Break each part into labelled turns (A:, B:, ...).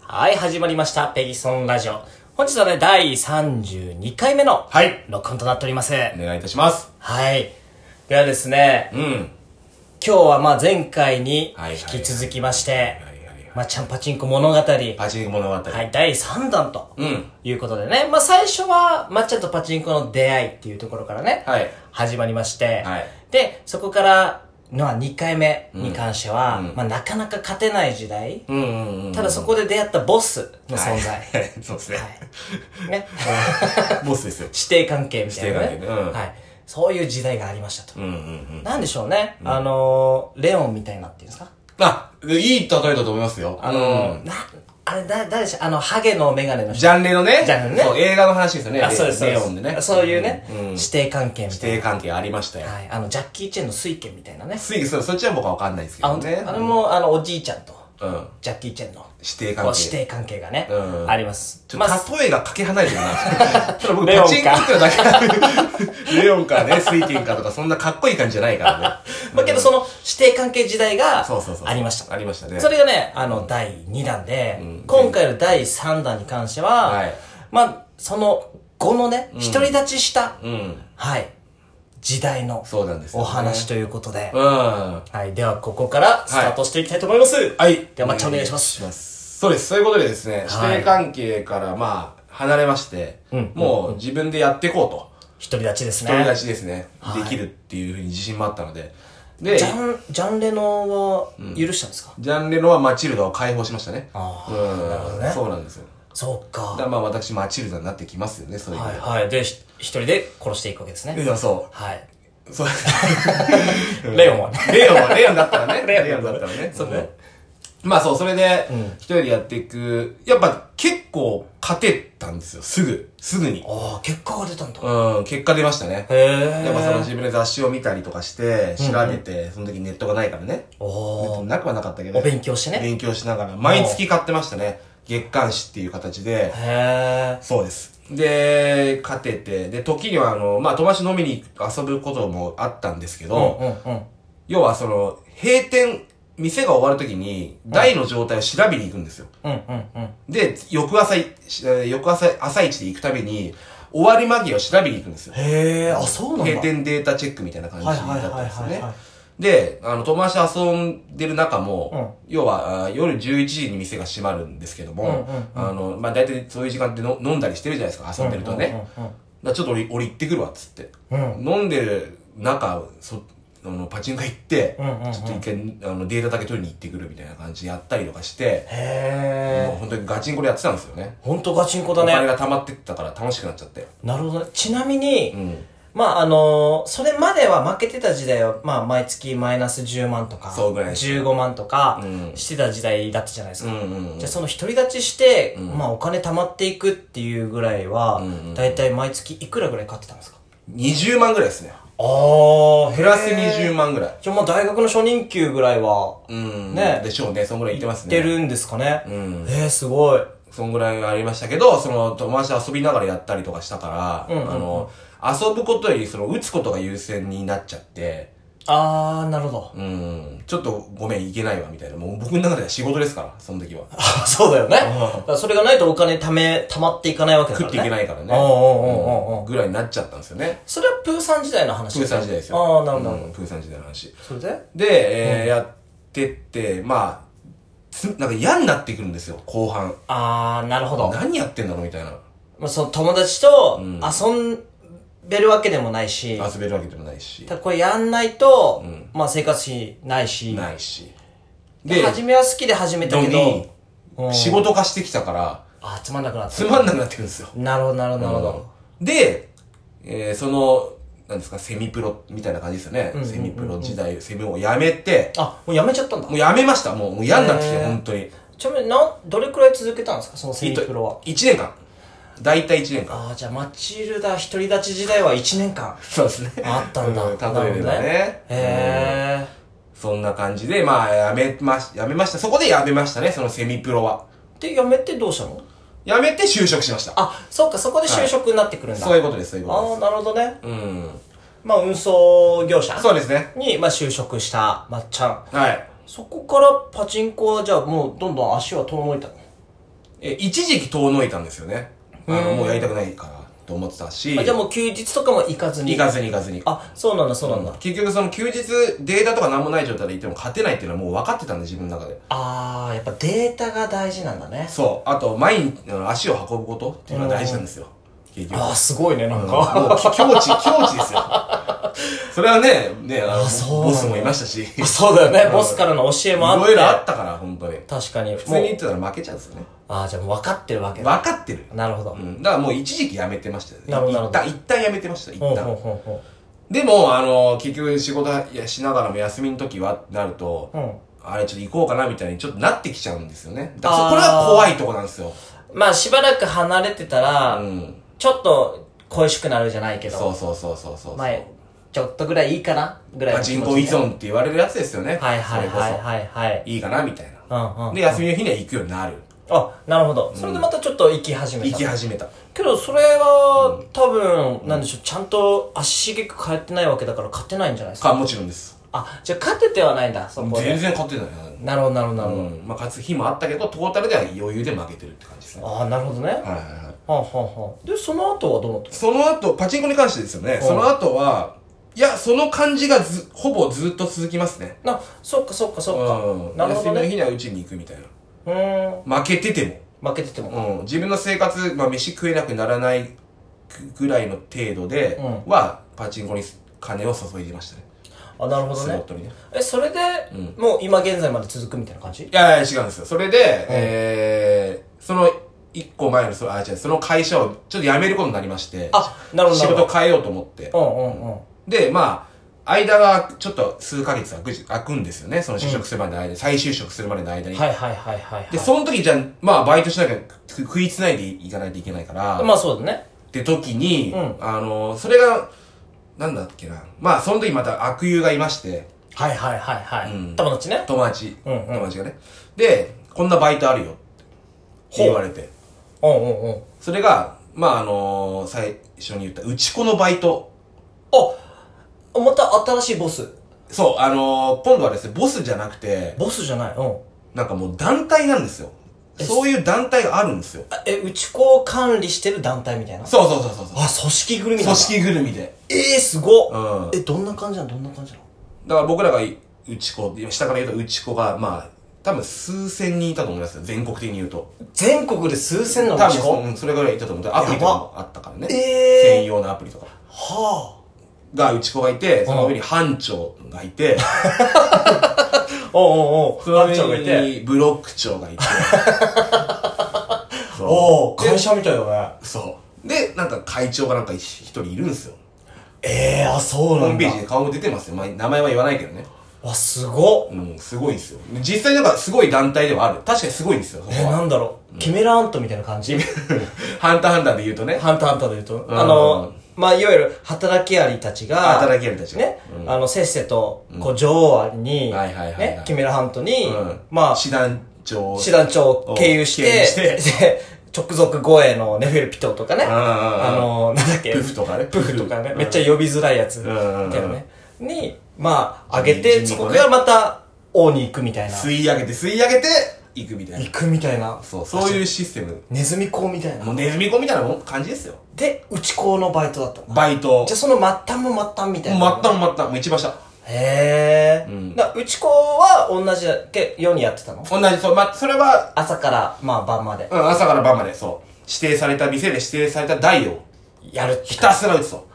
A: はい、始まりました。ペギソンラジオ。本日はね、第32回目の
B: はい。
A: 録音となっております。
B: お願いいたします。
A: はい。ではですね、
B: うん。はい
A: 今日はまあ前回に
B: はいはい
A: 引き続きまして
B: はいはい、
A: まあちゃんぱちんこ物語、はい、
B: パチンコ物語。はい。
A: 第3弾と
B: うん。
A: いうことでね、まあ最初はまっちゃんとパチンコの出会いっていうところからね、
B: はい。
A: 始まりまして、
B: はい
A: で、そこから、まあ2回目に関しては、
B: うん
A: まあなかなか勝てない時代、
B: うんうんうん。
A: ただそこで出会ったボスの存在。
B: はい そうですね。
A: ね。
B: ボスですよ。
A: 師弟関係みたいなね。
B: 師弟関係ねうん
A: はい。そういう時代がありましたと。
B: うんうんうん。
A: なんでしょうね。あのー、レオンみたいなっていうんですか
B: あ、いい例えだと思いますよ。あ
A: あ
B: の
A: の
B: ー
A: ー、な、あれ、だ、誰でしたあの、ハゲのメガネの人。
B: ジャンルのね。
A: ジャンルね
B: そう、映画の話ですよね。
A: あ、そうです、そう
B: レ
A: です
B: オンでね。
A: そういうね、
B: うん。
A: 師
B: 師
A: 弟関係みたい
B: 弟関係ありましたよ
A: な。。はい。あの、ジャッキー・チェンの水拳みたいなね。
B: つい、そそっちは僕はわかんないですけ
A: あ
B: ど
A: の、
B: ね。
A: あれも、あの、おじいちゃんと、
B: うん。
A: ジャッキー・チェンの、
B: 師弟
A: こ
B: 関
A: う、師
B: 係。
A: 弟関係がね
B: う、ん
A: あります。
B: ちょ
A: まあ
B: っと例えがかけ離れてるな。 ただ僕、
A: レオン
B: パ
A: か
B: チンコってのだけなんでレオンかね、スイティンかとか、そんなかっこいい感じじゃないからね。
A: まあけどその師弟関係時代が
B: そうそうそう。
A: ありました。
B: ありましたね。
A: それがね、あの、第2弾で
B: ん、
A: 今回の第3弾に関して
B: は、
A: はいまあ、その後のね、独り立ちした、
B: うん。
A: はい、時代の
B: そうなんですよ
A: お
B: ね
A: 話ということで
B: うん。、は
A: はい、ではここからスタートしていきたいと思います。
B: い。
A: では、まっちゃんお願いします。
B: す。そうです。そういうことでですね、師
A: はい
B: 弟関係から、まあ、離れまして、
A: うん
B: もう自分でやっていこうと。
A: 独り立ちです
B: 独り
A: ね
B: 立。ちですね、
A: はい
B: できるっていうふうに自信もあったので。で、
A: ジャン、ジャンレノは許したんですか
B: ジャンレノはマチルダを解放しましたね。
A: あ
B: う
A: あ、
B: ん。
A: なるほどね
B: そうなんですよ。
A: そう
B: だから
A: か。
B: まあ私マチルダになってきますよね、そういう意
A: は
B: 味で
A: いはい。で、ひ一人で殺していくわけです
B: い
A: ね。
B: や、そ
A: はい。
B: う。 そう。
A: レオンはね。
B: レオンは、レオンだったらね。
A: レ
B: レ
A: オ
B: オ
A: ン
B: ン
A: だ
B: だ
A: っ
B: った
A: ら
B: たら
A: ね
B: ね。
A: そうね
B: まあそう、それで
A: うん、
B: 一人でやっていく。やっぱ結構勝てたんですよ。すぐ。すぐに。
A: ああ、結果が出たんだ。
B: うん、結果出ましたね。
A: へえ。
B: やっぱその自分で雑誌を見たりとかして、調べて、その時ネットがないからね。
A: お
B: ネッ
A: お
B: トなくはなかったけど。
A: お勉強してね。
B: 勉強しながら、毎月買ってましたね。月刊誌っていう形で。
A: へえ。
B: そうです。で、勝てて、で、時にはあの、まあ、友達飲みに遊ぶこともあったんですけ
A: うん
B: ど、
A: うんうん。
B: 要はその、閉店、店が終わる時に、台の状態を調べに行くんですよ。
A: うんうんうん。
B: で、翌朝い、しえー翌朝、朝一で行くために、終わり間際を調べに行くんですよ。
A: へえ、あ、そうなんだ。
B: 閉店データチェックみたいな感じだ
A: はい
B: っ
A: はい
B: た
A: は
B: ん
A: い
B: ですよ
A: はい
B: ね
A: はい。。
B: で、あの、友達と遊んでる中も、要は、あー夜11時に店が閉まるんですけども、
A: うんうんうん
B: あの、まあ、大体そういう時間っての飲んだりしてるじゃないですか、遊んでるとね。だか
A: うんうん
B: らちょっと俺、俺行ってくるわ、つって。
A: うん。うん。
B: 飲んでる中、そ、あの、パチンコ行って、
A: うんうんうん
B: ちょっと一回、あの、データだけ取りに行ってくるみたいな感じでやったりとかして、もう
A: へえ。
B: 本当にガチンコでやってたんですよね。
A: ほんとガチンコ
B: お
A: だ
B: 金
A: ね。
B: が溜まってったから楽しくなっちゃって。
A: なるほどね。ちなみに、
B: うん。
A: まああのー、それまでは負けてた時代は、まあ毎月マイナス10万とか、
B: そうぐらいです
A: 15万とか
B: うん
A: してた時代だったじゃないです
B: う
A: か。
B: んうんうん
A: じゃあ。その独り立ちして、
B: うん
A: まあお金貯まっていくっていうぐらいは
B: うんうんう、ん
A: だいたい毎月いくらぐらい買ってたんですか
B: 20万ぐらいですね。
A: ああ、
B: プラス20万ぐらい。
A: じゃあまあ大学の初任給ぐらいは、
B: うん。
A: ね
B: でしょうね。そんぐらい行ってますね。
A: 出るんですかね。
B: うん。
A: えー、すごい。
B: そんぐらいありましたけど、その友達と遊びながらやったりとかしたから、
A: うんうんうん
B: あの、遊ぶことよりその打つことが優先になっちゃって、
A: あー、なるほど。
B: うん、ちょっとごめん、いけないわ、みたいな。もう僕の中では仕事ですから、その時は。
A: あ そうだよね。だからそれがないとお金貯め、貯まっていかないわけだか
B: 食
A: ら
B: っ
A: ね。
B: ていけないからね。
A: おうおうおうおうおう
B: うんぐらいになっちゃったんですよね。
A: それはプーさん時代の話
B: プーさん時代ですよ。
A: あー、なるほどなるほ
B: うんプーさん時代の話。
A: ど。それで
B: で、えーやってって、まあ、つなんか嫌になってくるんですよ、後半。
A: あー、なるほど。
B: 何やってんだろうみたいな。
A: まあ、その友達と
B: うん
A: 遊んべるわけでもないし、
B: 遊べるわけでもないし。
A: ただこれやんないと、
B: ん
A: まあ生活費ないし、
B: ないし。
A: で、
B: で、
A: 初めは好きで始めたけど、う
B: の
A: ん
B: に、仕事化してきたから、
A: あー、つまんなくなった。
B: つまんなくなってくるんですよ。
A: なるほど、なるほど、なるほど。
B: で、えーその、なんですか、セミプロみたいな感じですよね。
A: うんうんうんうん
B: セミプロ時代、セミをやめて、
A: あ、もうやめちゃったんだ
B: も。うやめました。もうもう嫌になってき
A: へ
B: て、
A: ー
B: 本当に。
A: ちなみになん、どれくらい続けたんですかそのセミプロは。
B: 1年間。大体1年間。
A: ああ、じゃあマチルダ独り立ち時代は1年間
B: そうですね。
A: あったんだ。
B: う例え
A: な
B: れ
A: る
B: ば
A: ほど
B: ね。うん
A: へえ。
B: そんな感じで、まあ、やめまし、やめました。そこでやめましたね、そのセミプロは。
A: で、やめてどうしたの
B: やめて就職しました。
A: あ、そうか、そこで就職になってくるんだ。
B: そういうことです、そういう
A: ああ、
B: こ
A: なるほどね。
B: とです。うん。
A: まあ、運送業者
B: そうですね。
A: に、まあ、就職したまっちゃん。
B: はい。
A: そこからパチンコは、じゃあもう、どんどん足は遠のいたの
B: え一時期遠のいたんですよね。あの、
A: うん
B: もうやりたくないからと思ってたし、
A: あじゃあもう休日とかも行かずに
B: 行かずに行かずに。
A: あ、そうなんだ、そうなんだ。
B: 結局その休日データとか何もない状態でいても勝てないっていうのはもう分かってたんで自分の中で。
A: あー、やっぱデータが大事なんだね。
B: そう。あと、前にあの足を運ぶことっていうのは大事なんですよ。結局。
A: あー、すごいね、なんか。
B: もう、き境地、境地ですよ。 それはね、ね、あの、
A: あそうなんだ
B: ボスもいましたし、い
A: そうだよね、
B: ん
A: ボスからの教えもあって。
B: ろいろあったから、本当に。
A: 確かに、普
B: 普通
A: 通
B: に
A: に
B: 言っ。てたら負けちゃうんですよね。
A: あー、じゃあもう分かってるわけ
B: 分
A: だ。
B: かってる。
A: なるほど。
B: うん。だからもう一時期やめてましたよね。
A: なるほどなるほど
B: 一旦、一旦やめてました、一
A: ほうほう
B: 旦。
A: ほうほ
B: でも、あの、結局仕事やしながらも休みの時は、なると、
A: う。うん。
B: あれちょっと行こうかなみたいにちょっとなってきちゃうんですよね。だか
A: あー
B: らそこれは怖いとこなんですよ。
A: まあ、しばらく離れてたら、
B: うん。
A: ちょっと恋しくなるじゃないけど、
B: そうそうそうそうそうそう。
A: 前、ちょっとぐらいいいかなぐらい
B: まあ
A: の気
B: 人
A: 持
B: 口依
A: ちで
B: 存って言われるやつですよね。
A: はいはいはいはいはい
B: そ。れこそ。いいかなみたいな。
A: うんうん。
B: で、休みの日には行くようになる。
A: あ、なるほど。それでまたちょっと行き始め
B: 行
A: た。
B: き始めた。
A: けどそれは、多分、なんでしょう、ちゃんと足しげく通ってないわけだから勝てないんじゃないですか。
B: か、もちろんです。
A: あ、じゃあ勝ててはないんだ、そこ
B: 全
A: で。
B: 然勝てない
A: な
B: な。
A: るほどなるほどなるほ
B: うん。まあ、勝つ日もあったけど、トータルでは余裕で負けてるって感じですね。は
A: ど。ああ、なるほどね。はい
B: はいはい。
A: あはあはあ。で、その後はどうなった
B: その後、パチンコに関してですよね。その後は、いや、その感じがず、ほぼずっと続きますね。
A: な、そっかそっかそっ
B: う
A: か。
B: ん。
A: なるほ
B: 休
A: ど
B: みの
A: ね。
B: 日にはうちに行くみたいう
A: ーん。
B: な。負けてても。
A: 負けてても。
B: うん、自分の生活、まあ、飯食えなくならないぐらいの程度で、
A: う
B: は、パチンコに金を注いでましたね。
A: あ、なるほど
B: スロッ
A: ね。
B: トにね。
A: え、それで、もう今現在まで続くみたいな感じ
B: いやいや、違うんですよ。それで、えー、その一個前の、そあ、違う、その会社をちょっと辞めることになりまして、
A: あ、なるほど
B: 仕
A: なる
B: 事
A: ほど。
B: 変えようと思って。
A: うんうんうん。
B: で、まあ、間がちょっと数ヶ月空くじ空くんですよね。その就職するまでの間に、再就職するまでの間に。
A: はいはいはいはい、はい。
B: で、その時じゃあ、まあ、バイトしなきゃく食いつないでいかないといけないから、
A: まあそうだね。
B: って時に、
A: うん
B: あの、それが、なんだっけな。まあ、その時また悪友がいまして、
A: はいはいはいはい。
B: うん
A: 友達ね。
B: 友達、
A: うんうん
B: 友達がね。で、こんなバイトあるよって言われて。
A: うんうんうん。
B: それが、まあ、あの最初に言った、うちこのバイト。
A: あまた新しいボス。
B: そう、あの今度はですね、ボスじゃなくて、
A: ボスじゃない。うん。
B: なんかもう団体なんですよ。
A: え
B: そういう団体があるんですよ。
A: あえ、うち子を管理してる団体みたいな。あ、
B: そうそうそうそうそう。
A: 組織ぐるみなんだ。。
B: 組織ぐるみで。
A: ええすごっ、
B: うん。
A: え、どんな感じなのどんな感じなの
B: だから僕らがい、うちこ、下から言うとうちこが、まあ、多分数千人いたと思いますよ。全国的に言うと。
A: 全国で数千のう
B: 多
A: ち子
B: 分、うん、それぐらいいたと思って、アプリとかもあったからね。
A: ええ
B: 専用のアプリとか。
A: は
B: が、うち子がいて、その上に班長がいて、
A: あ。おうおうおう。
B: その
A: 班長が
B: 上
A: いて。
B: にブロック 長がいて。そう
A: おお
B: で
A: 会社みたいだね。
B: そう。で、なんか会長がなんか一人いるんですよ。
A: ええあ、そう
B: ホ
A: な
B: ー
A: ん
B: ムペ
A: だ
B: ージ。に顔も出てますよ。まあ名前は言わないけどね。
A: わ、すごっ
B: うん、すごいんですよ。実際なんかすごい団体ではある。確かにすごいんですよ、そこ
A: え、
B: は。
A: なんだろう。キメラアントみたいな感じ
B: ハンターハンターで言うとね、
A: ハンターハンターで言うと、
B: ん
A: あの、まあ、いわゆる働きアリたちが、
B: 働きアリたちが
A: ね、あの、せっせと、こう、女王アリに、
B: はいはいはいはい
A: ね、キメラハントに、
B: うん
A: ま
B: 師団長。
A: あ、師団長を経由して、
B: 経由して
A: で、直属護衛のネフェルピトとかね、
B: うんうんうん
A: あの、なんだっけ、
B: プフとかね
A: プフとかね、
B: うん
A: めっちゃ呼びづらいやつ、み
B: んうんうん
A: たいなね、に、まあ、上げて、
B: 人
A: そ
B: 事
A: こ
B: にね
A: からまた、王に行くみたいな。
B: 吸い上げて、吸い上げて、行くみたいな
A: 行。くみたいな。
B: そう、そういうシステム。
A: ネズミ講みたいな
B: もう。ネズミ子みたいなもん感じですよ。
A: で、内講のバイトだったの。
B: バイト。
A: じゃあその末端も末端みたいな。
B: もう末端も末端。もう一番下。
A: へえ、
B: うん
A: だうち子は同じだけ世にやってたの
B: 同じ、そう、ま、それは、
A: 朝からまあ晩まで
B: うん、朝から晩まで、そう。指定された店で指定された台を、
A: やる
B: ひたすら打つと。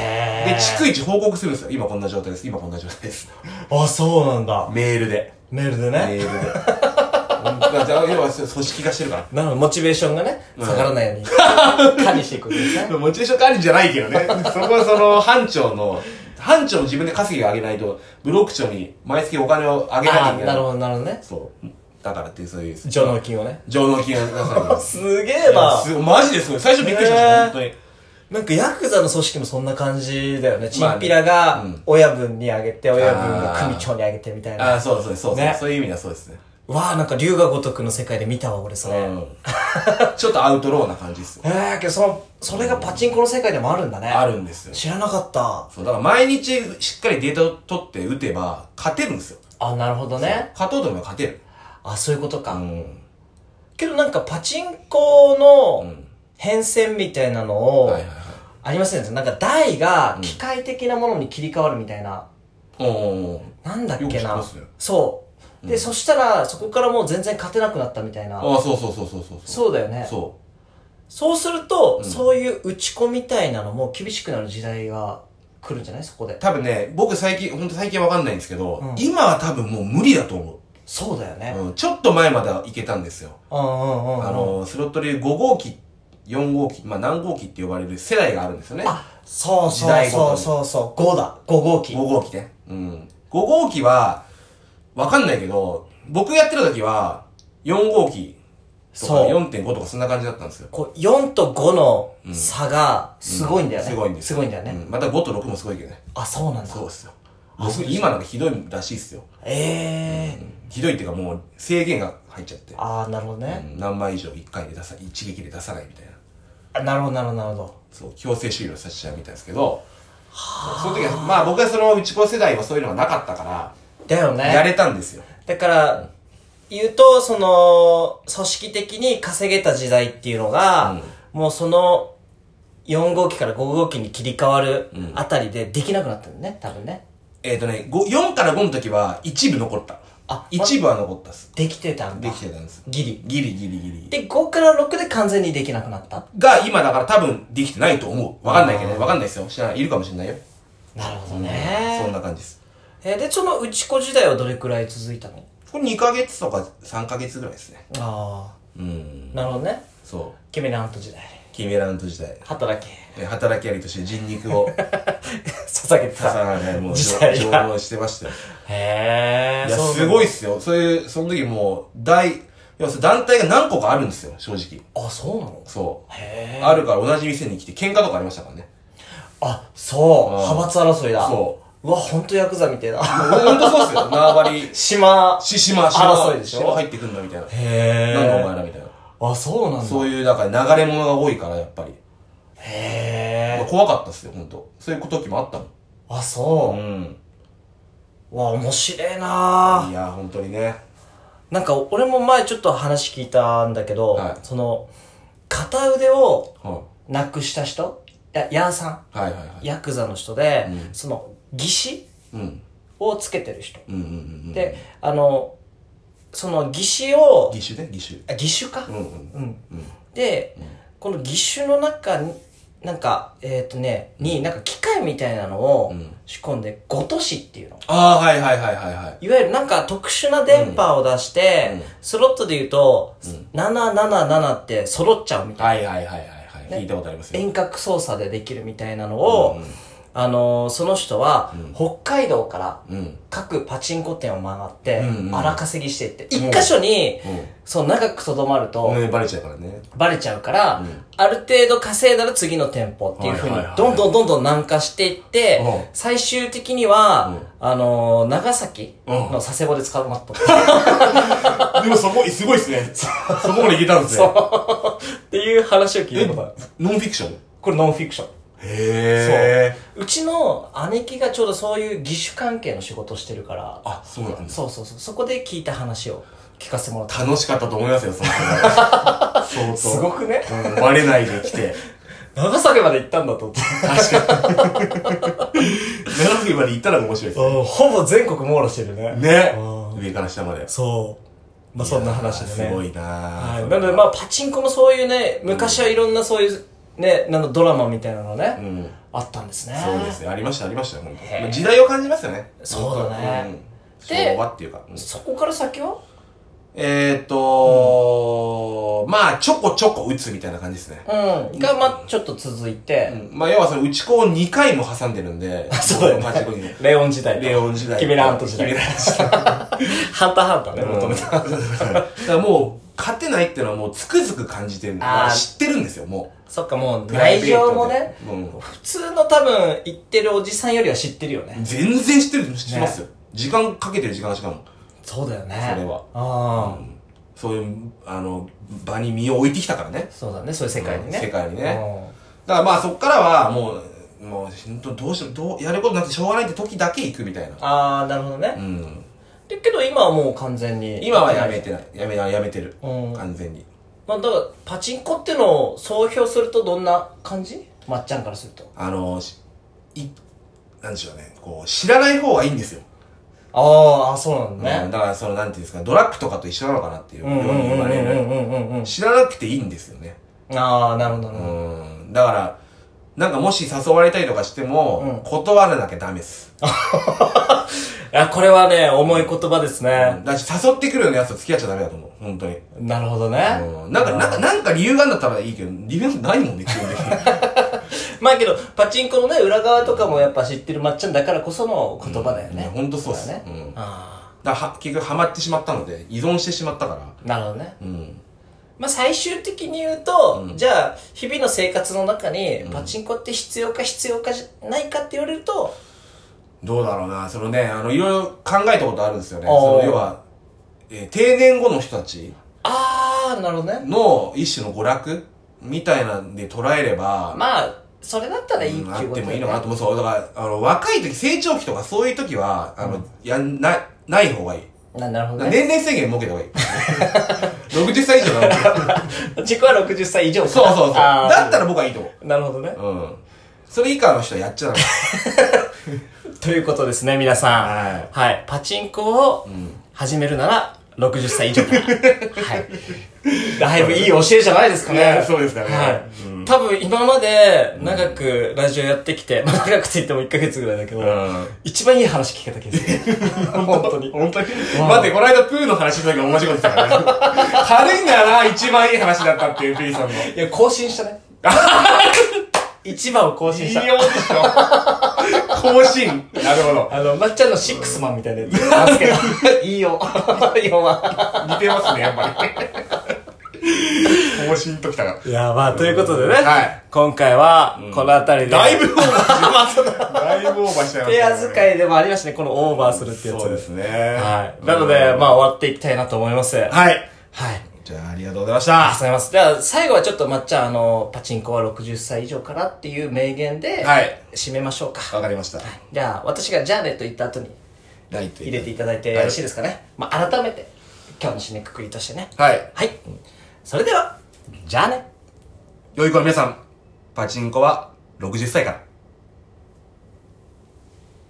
A: へえ
B: で、逐一報告するんですよ。今こんな状態です。今こんな状態です。
A: あそうなんだ
B: メールで。
A: メールで
B: メ
A: ね
B: ールで。本当だじゃあ要は組織化してるか
A: なのでモチベーションがね下がらないよう に管理していくんですね
B: ら。モチベーション管理じゃないけどね。そこはその、班長の、班長の自分で稼ぎ上げないと、ブロック長に毎月お金をあげなきゃ
A: あ
B: い
A: あ
B: けな
A: ないる。ほどなるほどね
B: そう。だからっていう、そういう、
A: 上納金をね
B: 上納金を出されます。
A: すげえない
B: やすごいマジですごい。最初びっくりしました、
A: ね
B: 本当に。
A: なんかヤクザの組織もそんな感じだよねチ
B: まあね
A: ンピラが
B: うん
A: 親分にあげて親分が組長にあげてみたい
B: あ
A: な
B: あ、そうですそうですそうです、
A: ね
B: そういう意味ではそうですね。
A: わあなんか龍が如くの世界で見たわ俺それ、
B: うん。ちょっとアウトローな感じですよ。
A: ええけどそのそれがパチンコの世界でもあるんだね
B: あるんですよ。
A: 知らなかった
B: そう、だから毎日しっかりデータを取って打てば、勝てるんですよ。
A: あなるほどね
B: 勝とうと思えば勝てる。
A: あそういうことか、
B: うん。
A: けどなんかパチンコの
B: ん
A: 変遷みたいなのを、
B: はいはいはい
A: ありませんでしたなんか台が機械的なものに切り替わるみたいな。
B: おー
A: なんだっ
B: よく
A: け
B: 知って
A: な。
B: ますね
A: そう。で、そしたら、そこからもう全然勝てなくなったみたいな。
B: ああそうそうそうそうそうう
A: そうだよね。そう
B: そ
A: すると、
B: うん
A: そういう打ち子みたいなのも厳しくなる時代が来るんじゃないそこで
B: う。多分ね僕最近本当最近わかんないんですけど、
A: うん
B: 今は多分もう無理だと思
A: そうだよね。
B: う、うん、ちょっと前まではいけたんですよ
A: うんうんうんうん。
B: あのスロットで5号機4号機まあ何号機って呼ばれる世代があるんですよね
A: あ、そう
B: 時
A: そう
B: 代ご
A: そ
B: と
A: う
B: に
A: そうそう。5だ。5号機。
B: 5号機ねうん5号機はわかんないけど僕やってる時は4号機とか
A: そう
B: 4.5とかそんな感じだったんですよ
A: こう、4と5の差がすごいんだよね。
B: すごいんです
A: すごいんだよね。
B: うんまた5と6もすごいけどね
A: あ、そうなんだ。
B: そうですよ僕今なんかひどいらしいっすよ
A: ええー。
B: ひどいっていうかもう制限が入っちゃって、
A: あー、なるほど
B: う
A: ね。
B: ん何枚以上1回で出さ一撃で出さないみたいな
A: あなるほど、なるほど、なるほど。
B: そう強制終了させちゃうみたいですけどその時はまあ僕はその内子世代はそういうのがなかったか
A: だよ
B: ら
A: ね。
B: やれたんですよ
A: だから、言うと、その、組織的に稼げた時代っていうのが、もうその、4号機から5号機に切り替わるあたりでできなくなったんだね、多分ね。
B: えっ、ー、とねご4から5の時は一部残った
A: あ
B: 一部は残ったっす
A: できてたんだ。
B: できてたんです
A: ギリ。
B: ギリギリギリ
A: で、5から6で完全にできなくなった。
B: が今だから多分できてないと思うわかんないけどねわかんないですよ知らないいるかもしれないよ
A: なるほど
B: そん
A: ね。
B: な感じです
A: えーで、そのうち子時代はどれくらい続いたの
B: これ2ヶ月とか3ヶ月ぐらいですね
A: あ
B: うん
A: あ。なるほどね。
B: そう
A: ケメラント時代。
B: キメラント時代
A: 働け。
B: え働きありとして人肉を
A: 捧げて
B: さ
A: た。
B: さな いもう
A: 時代
B: 情
A: が
B: 報してましたよ
A: へえ。
B: いや、
A: そう
B: すごいっすよ。そういう、その時もう、大、要するに団体が何個かあるんですよ、正直。
A: あ、そうなの
B: そ
A: へえ。
B: う。あるから同じ店に来て、喧嘩とかありましたからね。
A: あ、そう、
B: うん
A: 派閥争いだ。。
B: そう
A: わ、ほんとヤクザみたいな。
B: ほんとそうっ すよ。縄張り、
A: 島。
B: し、島、
A: 争いでしょ
B: 島入ってくんだみたいな。
A: へ
B: なんだお前らみたいな。
A: あ、そうなんだ。
B: そういう、だから流れ物が多いから、やっぱり。
A: へえ。
B: 怖かったっすよ、ほんと。そういう時もあった
A: あ、そ
B: もん。うん。
A: う。わ、面白えない
B: や、ほんとにね。
A: なんか、俺も前ちょっと話聞いたんだけど、
B: はい
A: その、片腕を
B: は
A: なくした人や、ヤーさ
B: い。はいはいは
A: ん。
B: い。
A: ヤクザの人で、
B: うん
A: その、義肢
B: うん。
A: をつけてる人。
B: うんうんうんうん。
A: で、、あの、その義肢を、
B: 義手ね、義
A: あ義手か
B: 手。うんうん。
A: うん。
B: うん。
A: で、
B: うん
A: この義手の中に、なんか、えっ、とね、に、なんか機械みたいなのを
B: うん
A: 仕込んで、ごとしっていうの。
B: ああ、はいはいはいはいはい。
A: いわゆるなんか特殊な電波を出して、
B: うんうん
A: スロットで言うと、
B: うん
A: 777って揃っちゃうみたいな。
B: はいはいはいはいはい。
A: ね
B: 聞いたことありますよ。
A: 遠隔操作でできるみたいなのを、あのーその人は、
B: うん
A: 北海道から
B: うん。うん。
A: 各パチンコ店を回って、
B: うんうん
A: 荒稼ぎしてって、
B: うん
A: 一箇所に、
B: うん。
A: そう長くとどまると、
B: ね、バレちゃうからね。
A: バレちゃうから、
B: うん
A: ある程度稼いだら次の店舗っていう風に
B: はいはいはい
A: どんどんどんどん南下していって、
B: うん
A: 最終的には、
B: うん
A: あのー長崎
B: うん
A: の佐世保で捕まった、
B: でもそこ、すごいっすね。 そこまでいけたんですね。
A: っていう話を聞い
B: え
A: たことある。
B: ノンフィクション
A: これノンフィクション。
B: へえ。
A: うちの姉貴がちょうどそういう義手関係の仕事をしてるから、
B: あ、そうなんです。
A: そうそうそう、そこで聞いた話を聞かせてもらった。
B: 楽しかったと思いますよ、その人 相当。
A: すごくね
B: うん、バレないで来て。
A: 長崎まで行ったんだと思って。
B: 確かに。長崎まで行ったら面白いです
A: ほぼ全国網羅してるね。
B: ね。ね
A: う。
B: 上から下まで。
A: そう。まあそんな話でね。
B: いやーすごいな
A: は
B: ー
A: い、なので、まあ、パチンコもそういうね、昔はいろんなそういう、ね、なんかドラマみたいなのね、
B: うん。
A: あったんですね。
B: そうですね。ありました、ありましたよ、本
A: へー
B: 当時代を感じますよね。
A: そうだね
B: うん。
A: で
B: 昭和っていうか。うん
A: そこから先は
B: えーとー、まあ、ちょこちょこ打つみたいな感じですね。
A: うん。が、まあ、ちょっと続いて、
B: うんまあ、要はその打ち子を2回も挟んでるんで、
A: そうだよね
B: パチンコに。
A: レオン時代と。
B: レオン時代。
A: キメラハント時代
B: キメ ラハン
A: ハンターハンター
B: ト
A: ね、
B: 時代。
A: 求め
B: うん
A: た。
B: だからもう、勝てないっていうのはもうつくづく感じてるんで
A: あー
B: 知ってるんですよ、も
A: そっか、もう、
B: う。プライ
A: 内
B: ベート
A: 情
B: で
A: もね、。
B: う
A: 普通の多分、行ってるおじさんよりは知ってるよね
B: ん。。全然知ってる、知ってますよ。時間かけてる時間しかも。
A: そうだよね。
B: それは
A: ああ、
B: そういう、あの、場に身を置いてきたからね。
A: そうだね、そういう世界にね。
B: うん世界にね。だからまあそっからはもう、もう、ほんとどうしよう、どう、やることなくてしょうがないって時だけ行くみたいな
A: うん。。ああ、なるほどね。
B: うん。
A: だけど今はもう完全に。
B: 今はやめてない。やめ、やめてる。
A: うん
B: 完全に。
A: まあ、だから、パチンコってのを総評するとどんな感じまっちゃんからすると。
B: あの、しい、なんでしょうね。こう、知らない方がいいんですよ。
A: あーあ、そうなん
B: うん
A: だね。
B: だから、その、なんていうんですか、ドラッグとかと一緒なのかなっていう、
A: う
B: よ
A: んう
B: うんに
A: う
B: 言
A: ん
B: わ
A: う
B: れ
A: ん
B: る。
A: うんうんうん。
B: 知らなくていいんですよね。
A: ああ、なるほどな
B: う
A: るほど。
B: ん。だから、なんかもし誘われたりとかしても、断らなきゃダメです。
A: あ、これはね、重い言葉ですね。
B: だし、誘ってくるようなやつと付き合っちゃダメだと思う。本当に。
A: なるほどね。
B: うん。なんか、なんか、なんか理由があんだったらいいけど、理由ないもんね、基本 的に。
A: まあけど、パチンコのね、裏側とかもやっぱ知ってるまっちゃんだからこその言葉だよ
B: いや
A: ね。
B: ほんとそうっす。
A: だよ
B: う
A: ね。
B: ん。だか
A: あ
B: らは、結局ハマってしまったので、依存してしまったから。
A: あ、なるほどね。
B: うん。
A: まあ最終的に言うと、じゃあ、日々の生活の中に、パチンコって必要か必要かじゃないかって言われると、
B: どうだろうな、そのね、あの、いろいろ考えたことあるんですよね。
A: おー
B: その、要は、えー定年後の人たち
A: ああ、なるほどね。
B: の一種の娯楽みたいなんで捉えれば、
A: まあ、それだったらいい
B: うん
A: っ
B: あ
A: ていう
B: っ
A: こ
B: て
A: と
B: も
A: だ
B: いい
A: よ
B: のかな
A: ね。
B: と思う。そう、だから、あの、若い時、成長期とかそういう時は、あの、やんない、ない方がいい。
A: ななるほ
B: だ
A: ど
B: から
A: ね。
B: 年齢制限設けた方がいい。60歳以 上だろ。
A: 自己は60歳以上か
B: そうそうそう。
A: あー
B: だったら僕はいいと思
A: なるほどね。
B: う。うん。それ以下の人はやっちゃダメ。
A: ということですね、皆さん。
B: はい
A: はい。パチンコを始めるなら、60歳以上 から。はい。だいぶいい教えじゃないですか
B: い
A: ね
B: や。そうですかね
A: はい。多分今まで長くラジオやってきて、まあ長くって言っても1ヶ月ぐらいだけど、
B: ん
A: 一番いい話聞けた気がする。 本当に。
B: 本当に待って、この間プーの話した時同じこと言ってた からね。軽いんだよな、一番いい話だったっていう、ピーさんの。
A: いや、更新した ね。一番を更新した。
B: でしょ。更新。なるほど。
A: あの、まっちゃんのシックスマンみたいなやつなんですけど。いいよ。 いいよ、まあ
B: 似てますね、やっぱり。更新ときたから。
A: いや、まあ、ということでね。
B: はい
A: 今回は、このあたりで。
B: だいぶオーバーし
A: まあその
B: だいぶオーバーしちゃいましたね。
A: 手扱いでもありましたね、このオーバーするってやつ。
B: そうですね。
A: はい。なので、まあ、終わっていきたいなと思います。はい。
B: はい。はい。
A: ありがとう
B: じゃあ、ありがとうございました
A: ご。ざいます。では、最後はちょっと、まっちゃん、あの、パチンコは60歳以上からっていう名言で、
B: はい
A: 締めましょうか。
B: わかりました。
A: じゃあ、私がじゃあねと言った後に
B: ライト
A: 入れていただいてよろしいですかね。まあ、改めて、今日の締めくくりとしてね。
B: はい。
A: はい。それでは、じゃあね。
B: 良い子は皆さん、パチンコは60歳から。